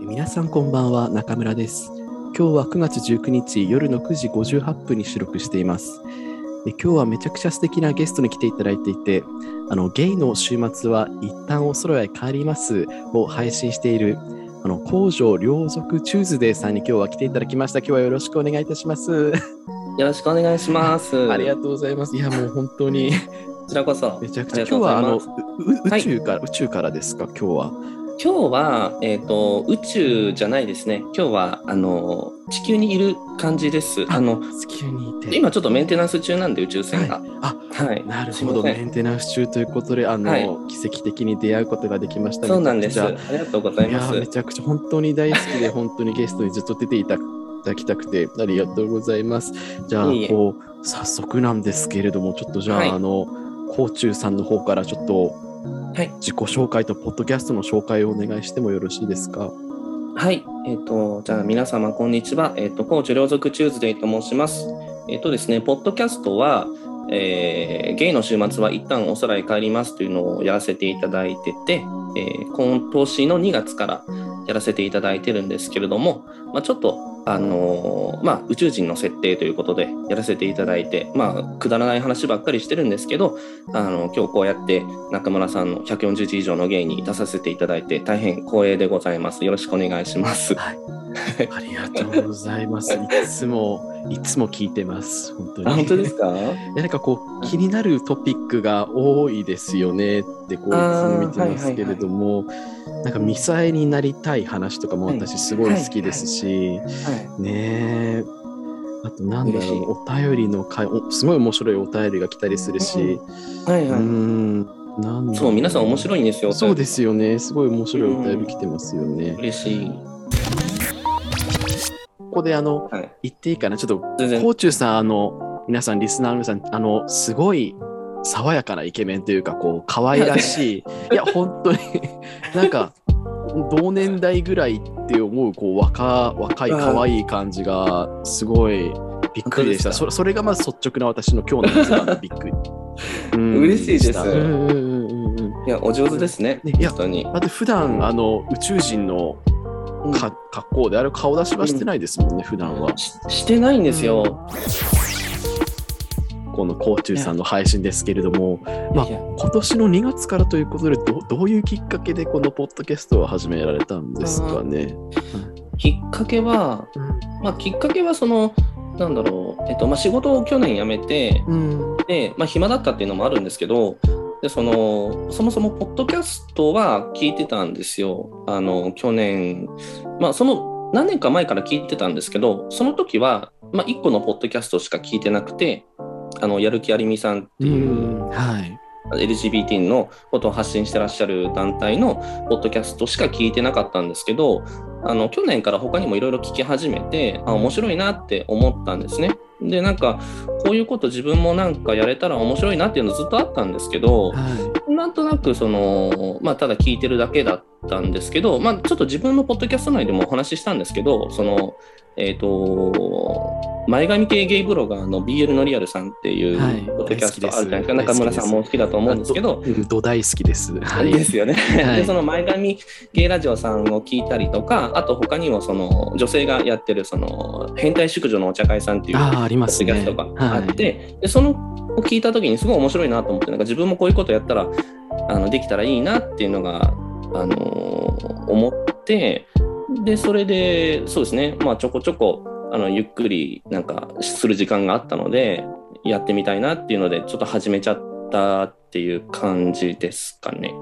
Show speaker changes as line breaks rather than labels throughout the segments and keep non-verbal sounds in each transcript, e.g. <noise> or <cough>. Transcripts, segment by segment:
皆さんこんばんは中村です今日は9月19日夜の9時58分に収録していますえ今日はめちゃくちゃ素敵なゲストに来ていただいていてあのゲイの週末は一旦お空へ帰りますを配信しているあの工場両族チューズデーさんに今日は来ていただきました今日はよろしくお願いいたします
よろしくお願いします。
ありがとうございますいやもう本当に
こちらこそ。
めちゃくちゃ
ありが
今日
とうござ
はいあの
ま
う
す
う宇宙から、宇宙からですか今日は
今日は、えっ、と、宇宙じゃないですね。今日は、あの、地球にいる感じです。あの、
地球にいて
今ちょっとメンテナンス中なんで、宇宙船が。
あ
はい。
なる
すい
ほ
ま
ど、
せ
メ
ん。
ンテナンス中ということで、あの、
はい
奇跡的に出会うことができました。
そうなんです。あ
めちゃく
りがとうご
ちゃ
ざい
いや
ます
ー、め。ちゃくちゃ本当に大好きで、本当にゲストにずっと出ていたいただきたくて、ありがとうございます。じゃあ、
いえいえ
こう、早速なんですけれども、ちょっとじゃあ、
はい
あの、こうちゅうさんの方からちょっと
はい。
自己紹介とポッドキャストの紹介をお願いしてもよろしいですか。
はい。えっ、と、じゃあ皆様、こんにちは。えっ、と、高知両族チューズデーと申します。えっ、とですね、ポッドキャストは、えーゲイの週末は一旦おさらい帰りますというのをやらせていただいてて、えー今年の2月からやらせていただいてるんですけれども、まあ、ちょっと、あのーまあ、宇宙人の設定ということでやらせていただいて、まあ、くだらない話ばっかりしてるんですけど、あの今日こうやって中村さんの140字以上の芸に出させていただいて大変光栄でございます。よろしくお願いします。
ありがとうございます。いつも、いつも聞いてます。本当に。
<laughs> あ本当です
<laughs>
か？
いやなんかこう気になるトピックが多いですよねってこういつ
あ
も
ー
見てますけれども、なんか未災になりたい話とかも私すごい好きですし、
は
ねえあとなんだ
嬉し
ろ
いう
お便りの回おすごい面白いお便りが来たりするし、
いはいう
ー
はい。
ん、なんだろ
そう皆さん面白いんですよ。
そうです
よ。
よねすごい面白いお便り来てますよね、こ
嬉しい。
こであの
はい。
言っていいかなちょっと
全然
コーチューさん、あの、皆さん、リスナーの皆さん、あの、すごい爽やかなイケメンというか、こう、可愛ら
<laughs>
しい、いや、本当に、なんか、同年代ぐらいって思う、こう、若、若い、
うん
可愛い感じが、すごい、びっくりでした。
本当ですか
それそれがまず率直な私の今日の一番のびっ
<laughs>
くり。うん
嬉しいです
たうんうんうんうんうん
いやお上手ですね。
ねいや
本当に。
だって普段あの宇宙人の
うん
か格好であれ顔出しはしてないですもんね、普段は。
ししてないんですよ。
このコーチューさんの配信ですけれども、まあ
いや
今年の2月からということでど、どういうきっかけでこのポッドキャストを始められたんですかね。
きっかけはまあきっかけはそのなんだろうえっとまあ仕事を去年辞めて
うん、
で、まあ、暇だったっていうのもあるんですけどでそのそもそもポッドキャストは聞いてたんですよあの去年、まあ、その何年か前から聞いてたんですけどその時は、まあ、1個のポッドキャストしか聞いてなくてあのやる気ありみさんっていう、
はい。
LGBT のことを発信してらっしゃる団体のポッドキャストしか聞いてなかったんですけどあの去年から他にもいろいろ聞き始めてあ面白いなって思ったんですね。でなんかこういうこと自分もなんかやれたら面白いなっていうのずっとあったんですけど
は
なんとなくその、まあ、ただ聞いてるだけだったんですけど、まあ、ちょっと自分のポッドキャスト内でもお話ししたんですけどそのえっ、と前髪系ゲイブロガーの BL のリアルさんっていう
はい
ポッドキャストあるじゃないで
大
すか、
好きで
中
す
村さんもお好きだと思うんですけど
い。うん土台好きです。は
で
い。
すよね。
はい
でその前髪ゲイラジオさんを聞いたりとかあと他にもその女性がやってるその変態淑女のお茶会さんっていうポ
ああ、ありま
ッ
す
ドキ
ね。
ャストがあって、でそのを聞いた時にすごい面白いなと思ってなんか自分もこういうことやったらあのできたらいいなっていうのが、あのー思ってでそれでそうですね、まあ、ちょこちょこあのゆっくりなんかする時間があったのでやってみたいなっていうのでちょっと始めちゃったっていう感じですかね。
はい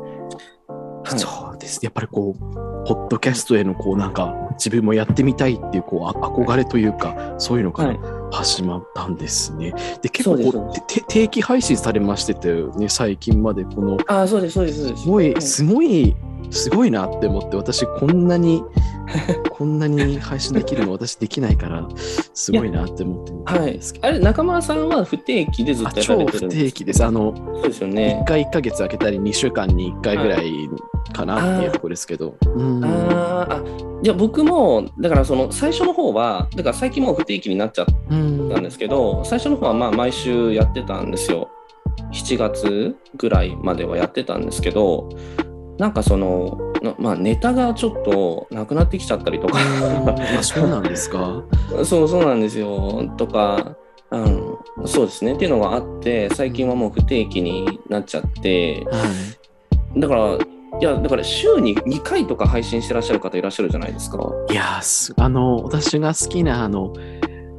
はい
そうです。やっぱりこう、ポッドキャストへのこう、なんか、自分もやってみたいっていう、こう、あ憧れというか、そういうのから始まったんですね。で、結構
そう
こう
です
て、定期配信されましてて、ね、最近までこの、
ああそうですそうですそうです
すごい、
はい
すごい、すごいなって思って、私こんな
<laughs>
に、こんなに配信できるの私できないから、すごいなって思って見て
は
るん
い
ですけ、ど。
あれ中村さんは不定期でずっ
あ
とやら
超
れてる
不
んで
定
す
期です。あの、
そうですよ
1
ね。
回1ヶ月空けたり、2週間に1回ぐらいかなっていうところですけど。うん
あーあじゃあ僕もだからその最初の方はだから最近もう不定期になっちゃっ
うん
たんですけど最初の方はまあ毎週やってたんですよ7月ぐらいまではやってたんですけどなんかその、なまあ、ネタがちょっとなくなってきちゃったりとか
あそうなんです
<laughs>
か。
そうそうなんですよとか、うん、そうですねっていうのがあって最近はもう不定期になっちゃって
はい。
だからいやだから週に2回とか配信してらっしゃる方いらっしゃるじゃないですか。
いやーすあの私が好きなあの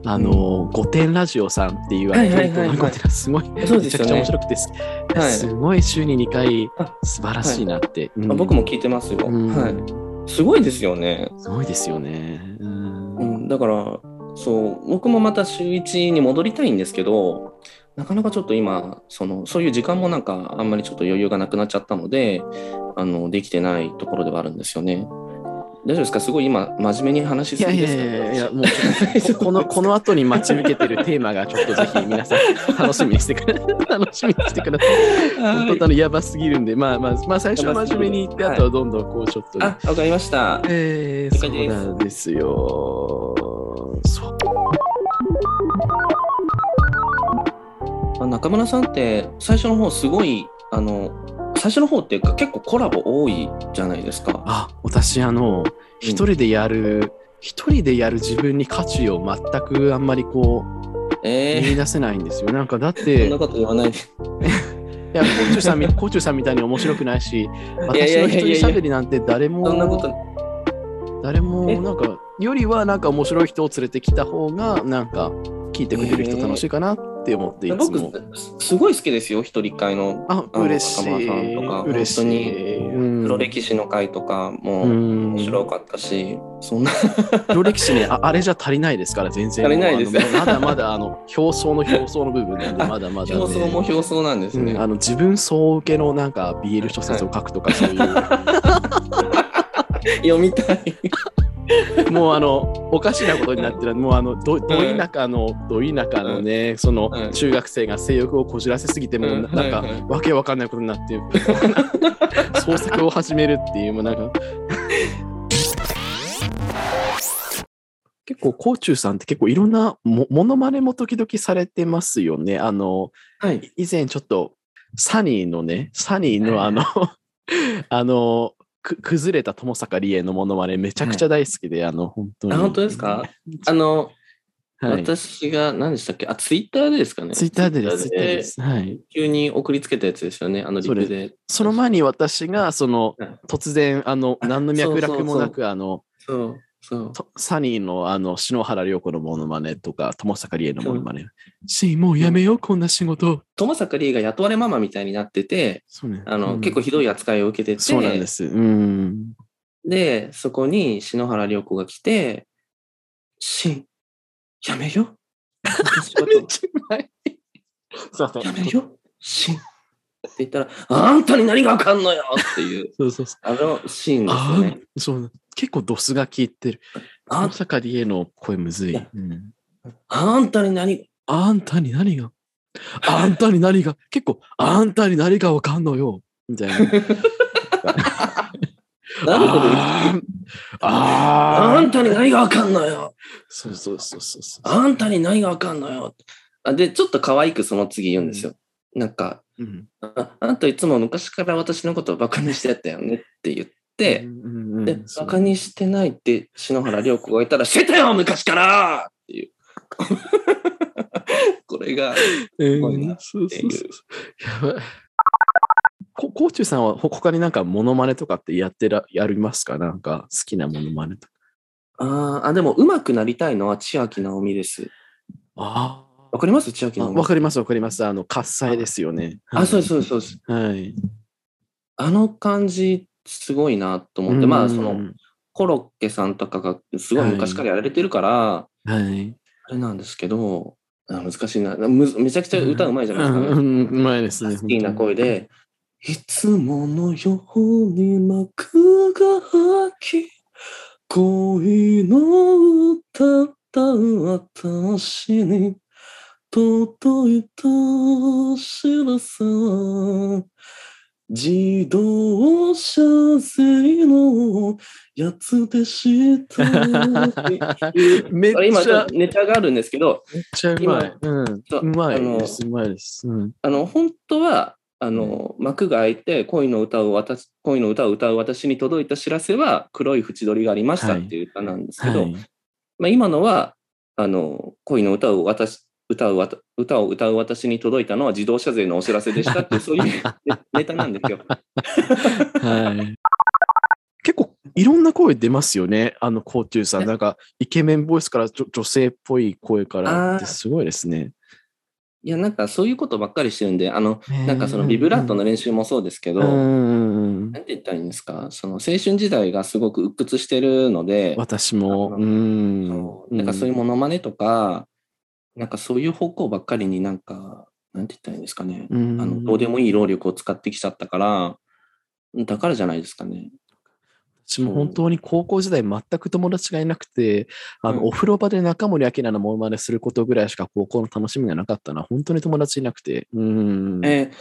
あの御殿ラジオさんっていうあ
は
の
いはい
東
は
京
いはい
の御殿すごいめち
そう
ゃ
で
く
す
ち
よね
ゃ面白くてす,、
はい
ごい週に2回
あ
素晴らしいなって、
まあ
うん
僕も聞いてますよ。
うん
はい、すごいですよね。
すごいですよね。うん
うん、だからそう僕もまた週1に戻りたいんですけどなかなかちょっと今そのそういう時間もなんかあんまりちょっと余裕がなくなっちゃったのであのできてないところではあるんですよね。大丈夫ですかすごい今真面目に話し
い
す
や
ぎ
い
で
や
す
い
か
やいや、もう
<laughs>
ちょっとここの、この後に待ち受けてるテーマがちょっとぜひ皆さん楽しみにしてくだ
<laughs>
楽しみにしてください。
はい
本当あの、やばすぎるんで、まあまあ、まあ最初は真面目に言って、
やば
あ
すぎ
とは
る
どんどんこうちょっとね、
あわかりました。
えー、
了解
そうな
です
んですよ。そう
あ中村さんって最初の方すごいあの最初の方っていうか結構コラボ多いじゃないですか。
あ、私あの、一人でやる、一人でやる自分に価値を全くあんまりこう、
え
見
ー
出せないんですよ。なんかだっ
そん
て、
なこと言わないで。
いや、コーチュさ
<laughs>
んみ、コーチュさんみたいに面白くないし、
いやい
私
や
の
いや
一
いや
人喋りなんて誰も、
そんなこと
誰も
え
なんかよりはなんか面白い人を連れてきた方がなんか聞いてくれる人楽しいかなって思っていつ
僕
も、
すすごい好きですよ一人会の
あ
あの
嬉し
仲間
い
さんとか
嬉しいうん
黒歴史の会とかも
うん
面白かったし、そんな
黒歴史ねあ <laughs> あれじゃ足りないですから全然
足りないです
もうあのまだまだあの表層の表層の部分なんで
あ
まだまだ、ね、
表層も表層なんですね、
うんあの自分層受けのなんか BL 小説を書くとかそういう、
<laughs> 読みたい
もうあのおかしなことになってるもうあのどど田舎の、ど田舎のね、その、
うん
中学生が性欲をこじらせすぎて
<laughs>
もうな,、
うん
なんか、
はいはい
わけわかんないことになって <laughs> 創作を始めるっていうもうなんか結構甲虫さんって結構いろんなもモノマネも時々されてますよねあの
はい
以前ちょっとサニーのねサニーのあのあの <laughs> く崩れた友坂理恵のモノマネめちゃくちゃ大好きで、あの本当に
あ本当ですかあの、
はい、
私が何でしたっけあツイッターでですかね
ツイッターでですツイッタ
Twitter
ー
で
ですはい
急に送りつけたやつですよねあのリプ
そ
で
その前に私がその
うん
突然あ
<laughs>
の何の脈絡もな
そうそう
くあの
そうそう
とサニーのあの篠原涼子のモノマネとか友坂理恵のモノマネしもうやめようこんな仕事
友坂理恵が雇われママみたいになってて
そうね
あの、
うん
結構ひどい扱いを受けてて
そうなんですうん
で、そこに篠原涼子が来て、シン、やめよ。私は
めっちゃうまいすいません
<laughs> やめよ。シン。って言ったら、あんたに何がわかんのよっていう、
そうそうそう
あのシーンです
あー
よね。
そう結構ドスが効いてる
あ
友坂理恵の声むず
い
い
や
うん
あんたに何、
あんたに何があんたに何が結構あんたに何がわかんのよみたいな
なるほど。
あ
あ
ーあー
んたに何がわかんのよ。
そうそうそうそうそう。
あんたに何がわかんのよ。あで、ちょっと可愛くその次言うんですよ。なんか、
うん
ああんたいつも昔から私のことをバカにしてたよねって言って、
うんうんうん
で、
そう
バカにしてないって篠原涼子がいたら、してたよ、昔からっていう。 <laughs> これが、
うん
ごいな
そうそう
って
そうそう。やばい。こ、こうちゅうさんはほ他になんかモノマネとかってやってら、やりますかなんか好きなモノマネとか。
あーあ、でも、上手くなりたいのは千秋直美です。
あ
わかります千秋
あ。
直美
わ。かりますわかります。あの、喝采ですよね。
あ、そう
う
です、そうです、そうです。
はい。
あの感じ、すごいなと思って、まあ、そ
うんう
の、
ん
コロッケさんとかが、すごい昔からやられてるから、
はい。
あれなんですけど、あ難しいなむ。めちゃくちゃ歌うまいじゃないですか、
うんうん、うまいですね。
好きな声で、いつものように幕が開き、恋の歌った私に届いた知らせは、自動車税のやつでした。
<laughs> <laughs> めっ
あれ今ち
ち
ょ
ゃ
っと、ネタがあるんですけど、
めっちゃうまい。うん。うまいです。うまいです。うん。
あの、本当は、あの、幕が開いて恋の歌を私、恋の歌を歌う私に届いた知らせは、黒い縁取りがありましたっていう歌なんですけど、
はい
まあ、今のは、あの、恋の歌を私、歌うわた歌を歌う私に届いたのは自動車税のお知らせでしたっ
<laughs>
ていう、そういう <laughs> ネタなんですよ。
はい。結構いろんな声出ますよね。あの、コーチューさん。なんか、イケメンボイスから女女性っぽい声からってすごいですね。
いや、なんかそういうことばっかりしてるんで、あの、なんかそのビブラートの練習もそうですけど、
うん
なんて言ったらいいんですか、その青春時代がすごく鬱屈してるので、
私も、
あの
うん。
そうなんかそういう
も
モノマネとか、なんかそういう方向ばっかりになんか、なんて言ったらいいんですかね、
の
あのどうでもいい労力を使ってきちゃったから、だからじゃないですかね。
私も本当に高校時代全く友達がいなくて、あの、
うん
お風呂場で中森明菜のモノマネすることぐらいしか高校の楽しみがなかったな。本当に友達いなくて。うん。
えー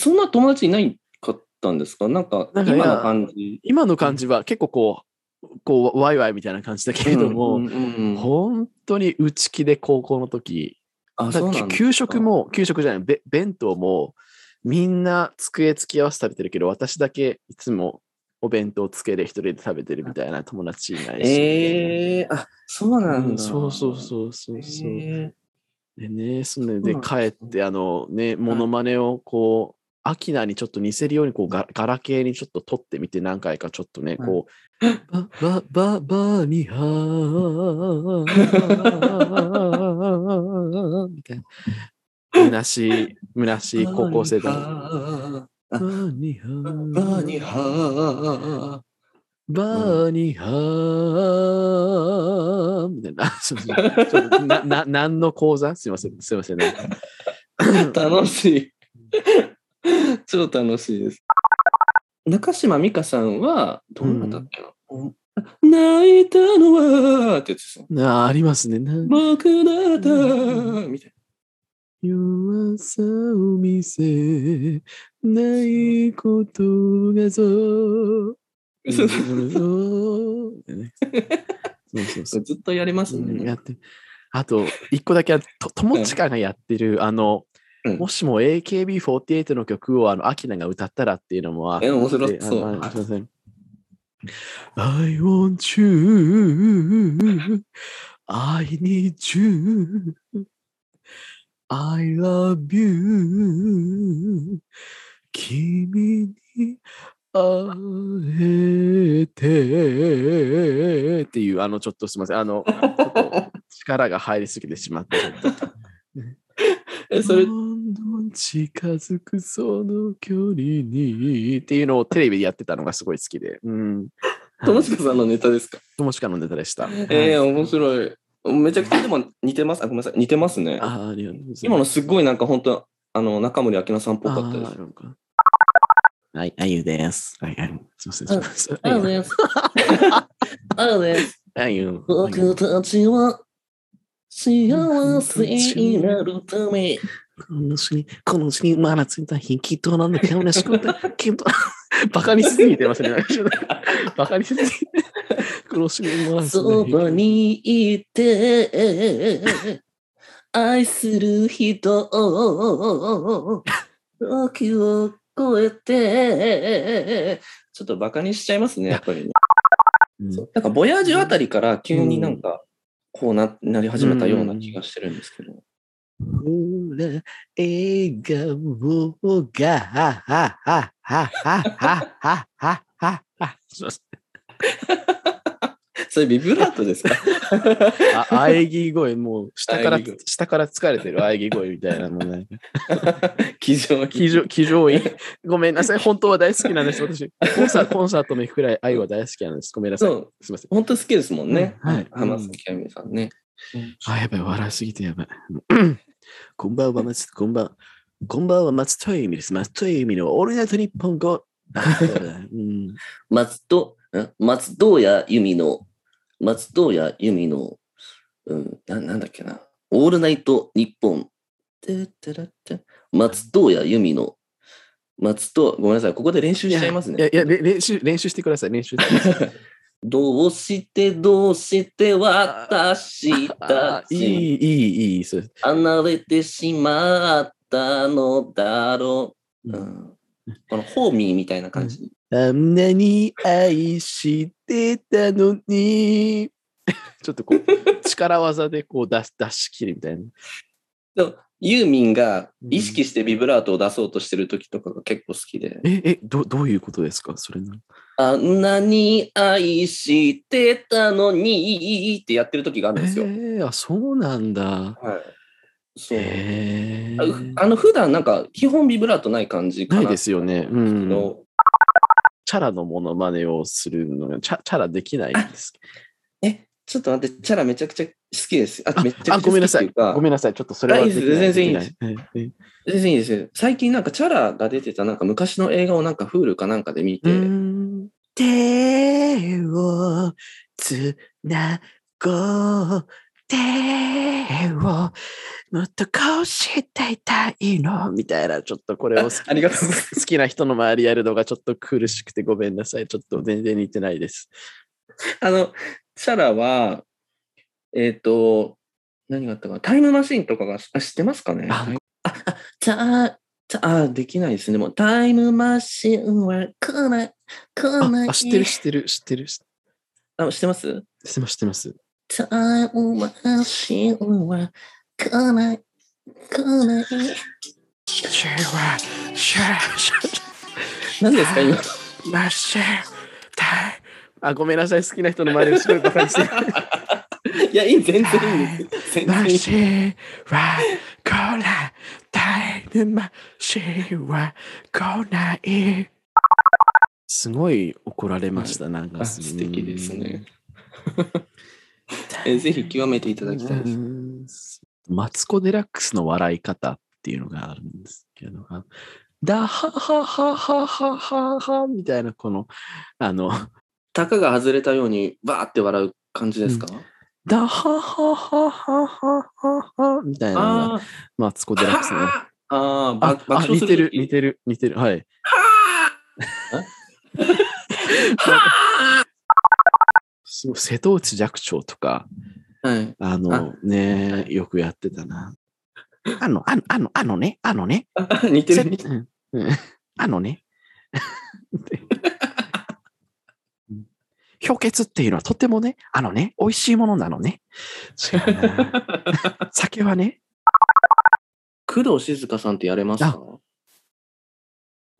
そんな友達いないかったんですかなんか
な
今
んかいや
の感じ。
今の感じは結構こう、こう、ワイワイみたいな感じだけれども、
うんうんうん
本当に内気で高校の時、
あ
だ
そ
か
うなん
ら
ですか
給食も、給食じゃない、べ弁当も、みんな机付き合わせ食べてるけど、私だけいつもお弁当つけで一人で食べてるみたいな友達いないし。
えー、あそうなんだ、
うんそうそうそうそうそう。
へ
でね、そん
そう
で
なんです
帰
ね
って、あのね、モノマネをこう、アキナにちょっと似せるようにこうガ、ガラケーにちょっと取ってみて、何回かちょっとね、こう、ば、ば、ば、ばにはー、みたいな。虚しい、虚しい
ー
高校生だな。
バ
バニハー
ーニハー
バーニハーみたいな。すいませんちょっとな、な、何の講座すいません。すいません。なんか
楽しい。超楽しいです。中島美嘉さんは、どんなだったっけな、泣いたのはってやつですね。
あありますね。な
僕だったみたい
弱さを見せないことがぞ。
な。
そ
そ
そ
うう
う
そ
そう
うずっとやれま
<laughs>
す
うん
ね。
やってあと、一個だけ、と友近がやってる、あの、
うん
もしも AKB48 の曲をあの、アキナが歌ったらっていうのもあって
え、面白そう
あのすいません。I want you, I need you, I love you, 君にあえてっていう、あの、ちょっとすみません。あの、ちょっと力が入りすぎてしまって。
え、それ
ど、んどん近づくその距離にっていうのをテレビでやってたのがすごい好きで。うん。
友近さんのネタですか
友近のネタでした。
えー、
はい
面白い。めちゃくちゃでも似てます。あ、ごめんなさい。似てますね。
あありがとうござい
今
ます。
のすっごいなんか本当あの、中森明菜さんっぽかったです
あ。ーなんかはい、あゆです。はい、はいすいません。すいません。
う <laughs> です。あうです。
あゆ。
たちは
幸せにな
るため。
この死に、この死に、まだついた筆記となんだ、今日の仕事、きっと、 <laughs> バカにしすぎてますね。バカにしすぎて。この死に、まだついた筆記
にいて、愛する人を、時を超えて、ちょっとバカにしちゃいますね、やっぱりね。
うん
なんか、ボヤージュあたりから急になんか、こうななり始めたような気がしてるんですけど。
ほら、笑顔が、ははははははははは。すいません
それビブラートです <laughs> か
あ、喘ぎ声、もう、下から
喘ぎ声、
下から疲れてる喘ぎ声みたいなもんね。
気丈に
気丈、気丈い。ごめんなさい。本当は大好きなんです、私。コンサコンサートも行くくらい愛は大好きなんです。ごめんなさい
そ。う、
すいません。
本当好きですもんね。
うんはい
浜崎あゆみさんね。
あ、やばい、笑いすぎてやばい。こんばんは、松、こんばん。こんばんは、松という意味です。松という意味のオールナイトニッポン語。あそうだうん
松と、ん松任谷由実の、松任谷由実の、うん、ななんだっけな、オールナイト日本。てってらって松任谷由実の、松と、ごめんなさい、ここで練習しちゃいます
いや
ね。
いや、れ練習、練習してください。練習してください。
どうしてどうして私
あ
た
<laughs> いい、
ち
いい、いい、そうです。
離れてしまったのだろ
う
う。
ん
うん、このホーミーみたいな感じ。
あんなに愛してたのに。 <laughs> ちょっとこう、
<laughs>
力技でこう出し出し切るみたいな。
でもユーミンが意識してビブラートを出そうとしてる時とかが結構好きで。
え、え、どどういうことですかそれなの
あんなに愛してたのにってやってる時があるんですよ。
えー、あ、そうなんだ。
はい。そう。
え
あ
ー、
あの普段なんか基本ビブラートない感じかな
ないですよね。う
け
ん。
ど、
チャラのモノマネをするのが、チャチャラできないんです。
えちょっと待ってチャラめちゃくちゃ好きですあ
あ
めちゃくちゃ
あ、
好き
ご
って
めんなさ
い。
いう
か
ごめんなさい。ちょっとそれは
あい
で
い
きない。
です全然いいです
きない。ええ
全然いいですよ最近なんかチャラが出てたなんか昔の映画をなんか Hulu かなんかで見て、
手をつなごう。手をもっとこうしていたいの。みたいな、ちょっとこれを好き
ありがとうございます
好きな人の周りやるのがちょっと苦しくてごめんなさい。ちょっと全然似てないです。
あの、シャラは、えっ、と、何があったかな、タイムマシンとかが、あ知ってますかね
あ
タイあ、あ、た、た、あ、できないですね。もう、タイムマシンは来ない、来
あ
ない。
あ、知ってる、知ってる、知ってる。知
あ、知ってます
ってます、知ってます。
タイムマシンは来ない、来ない。何ですか、今。
マシュタイあ、ごめんなさい。好きな人の周りをすごいバカにしてる。
<laughs> いや、いい、全然いいです。全然いいです。
シは来ない。タイムマシは来ない。 <laughs> すごい怒られました。なんか
あ素敵ですね。えぜひ極めていただきたいです。
です。マツコ・デラックスの笑い方っていうのがあるんですけど、あダハハハハハハハみたいな、この、あの、
たかが外れたように、バーって笑う感じですか、
ダハハハハハハハみたいなのが
あー
マツコ・デラックスの。
<laughs> ああー、ば
あ
爆、
あ
笑
似
す
てる、似
る。
てる、似てる。はい。 <laughs> すごい瀬戸内寂聴とか、
はい。
あのね、よくやってたな。あの、あの、あの、あのね、あのね、
あ <laughs> 似てる。
せうんうんあのね。 <laughs> でうん氷結っていうのはとてもね、あのね、美味しいものなのね。違うな <laughs> 酒はね、
工藤静香さんってやれますか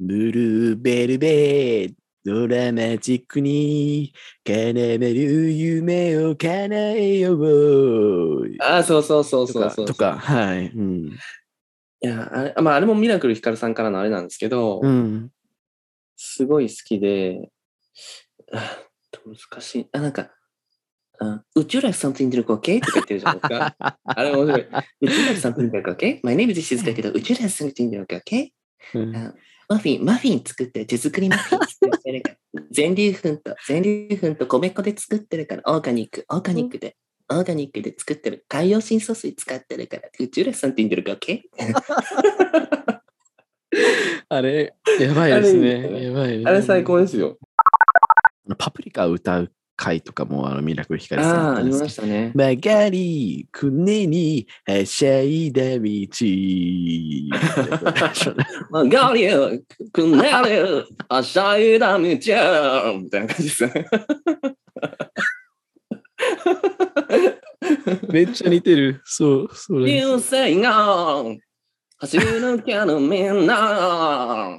ブルーベルベドラマチックに叶める夢を叶えよう。
ああ、そうそうそう
と
そう
か、
そう。
とか、はい。うん。
いや、あれ、まあ、あれもミラクルヒカルさんからのあれなんですけど、
うん。
すごい好きで、あ難しい。あ、なんか、あ Would you like something to drink, okay? とか言ってるじゃないですか。
<laughs>
あれ面白い。Would you like something to drink, okay? My name is 静香だけど、Would you like something to drink, okay?
うん
マフィン、マフィン作って、手作りマフィン作ってるから、全粒粉と、 <laughs> 全粒粉と米粉で作ってるから、オーガニック、オーガニックで、オーガニックで作ってる、海洋深層水使ってるから、宇宙レッサンって言ってるか、OK?
あ <laughs> れ、やばいです
あれいいで
ね。
すね
やばい、ね。
ですよ。
あのパプリカを歌う回とかもあのミラクルヒカルさん
あ
だった
あ、あ
ん
り
です
ま
けど
したね。
曲がりくねにはしゃいだ道
まあ、ガリュー、クネル、アシャイダムチャーみたいな感じですよね。
<laughs> めっちゃ似てる。そう、そうです
You say no! 走るのキャノみんな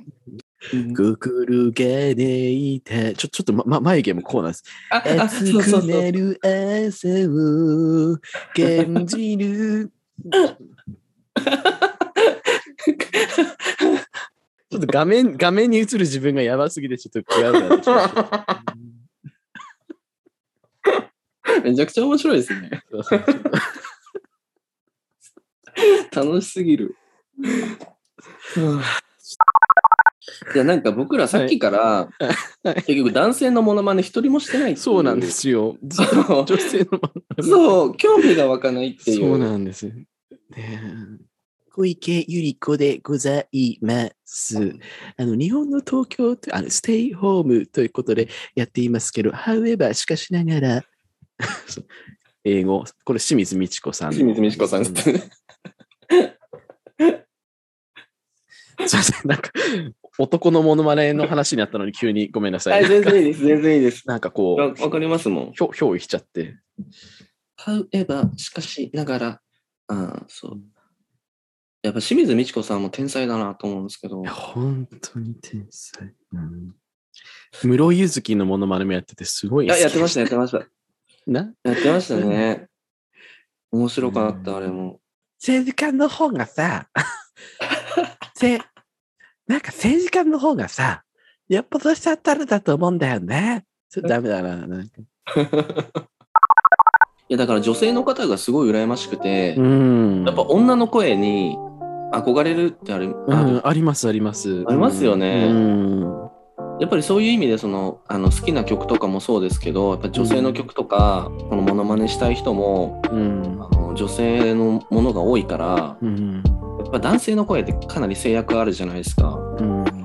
心がねいた。ちょ、ちょっと、ま、ま眉毛もこうなんです。
ああ、
熱
そうそ
く
うそう
な。る朝を感じる。 <laughs> ちょっと画面、画面に映る自分がやばすぎて、ちょっと違うなってきました。
<laughs> めちゃくちゃ面白いですね。
そうそうそう
楽しすぎる。いやなんか僕らさっきから、
はい
結局男性のモノマネ一人もし
<laughs>
てないってい
そうなんで。すよ。ずっと
そう
女性のまま
そう、興味が湧かないっていう。
そうなんです。ねえ小池百合子でございます。あの日本の東京とあのステイホームということでやっていますけど、however しかしながら <laughs> そう英語これ清水美智子さん。
清水美智子さんです。
すいません、なんか、男のモノマネの話になったのに急にごめんなさ。
はいい、全然いいです、全然いいです。
なんかこ
わ
う、
わかりますもん。
ひょ、ひょういしちゃって。
however しかしながら、うん、そう。やっぱ清水美智子さんも天才だなと思うんですけど
いや、、本当に天才。うん室井ゆずきのモノマネもやってて、すごい。
いや、やってましたた、やってました。
な
やってましたね。面白かった、あれも。
政治家の方がさ、せ、なんか政治家の方がさ、やっぱどうしたったらだと思うんだよね。ちょっとダメだな。なんか
いや、だから女性の方がすごい羨ましくて、
ん
やっぱ女の声に憧れるってある、
う
ある
ん、あります、あります。
ありますよね
うん。
やっぱりそういう意味でそのあの好きな曲とかもそうですけどやっぱ女性の曲とか、このモノマネしたい人も
うん。
あの女性のものが多いから
うん。
やっぱ男性の声ってかなり制約あるじゃないですか
うん。
だか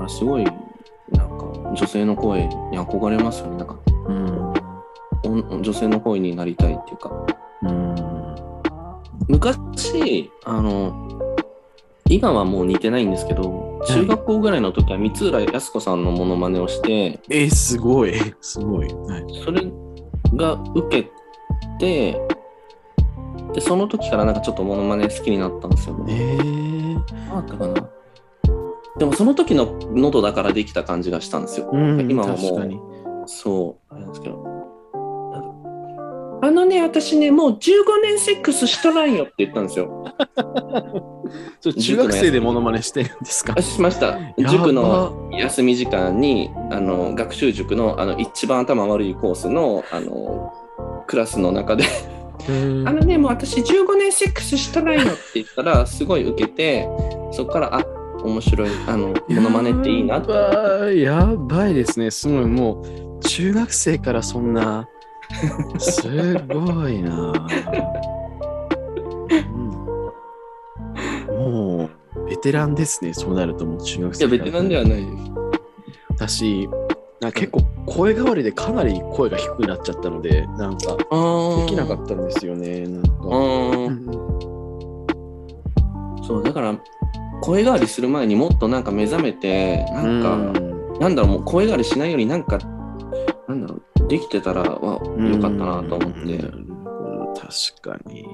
らすごいなんか女性の声に憧れますよねなんか
うん。
お女性の声になりたいっていうか
うん。
昔あの今はもう似てないんですけど中学校ぐらいの時は三浦靖子さんのモノマネをして
えー、すごい。すごい。はい。
それが受けてでその時からなんかちょっとモノマネ好きになったんですよ
え
ね。
ー。
どうだったかなでもその時の喉だからできた感じがしたんですよ。
うん
今はもう
確かに。
そうあれなんですけど。あのね私ねもう15年セックスしとらんよって言ったんですよ。
それ中学生でモノマネしてるんですか
あしました。塾の休み時間にあの学習塾のあの一番頭悪いコースのあのクラスの中で
うん
あのね、もう私15年セックスしたないよって言ったら、すごい受けて、そこから、あ面白い、あの、モノマネっていいなって。
やばいやばいですねすごいもう中学生からそんなすごいな、うんもうベテランですねそうなるともう中学
いや、
生
ベテランで
よ
はないです。
私なんか結構声変わりでかなり声が低くなっちゃったのでなんか
あー
できなかったんですよねなん
あ
か、う
ー。
ん
そう、だから、声変わりする前にもっとなんか目覚めて、なんか、
うん
なんだろう、もう声変わりしないより、なんか、なんだろう、できてたら、は、よかったなと思って。
うん確かに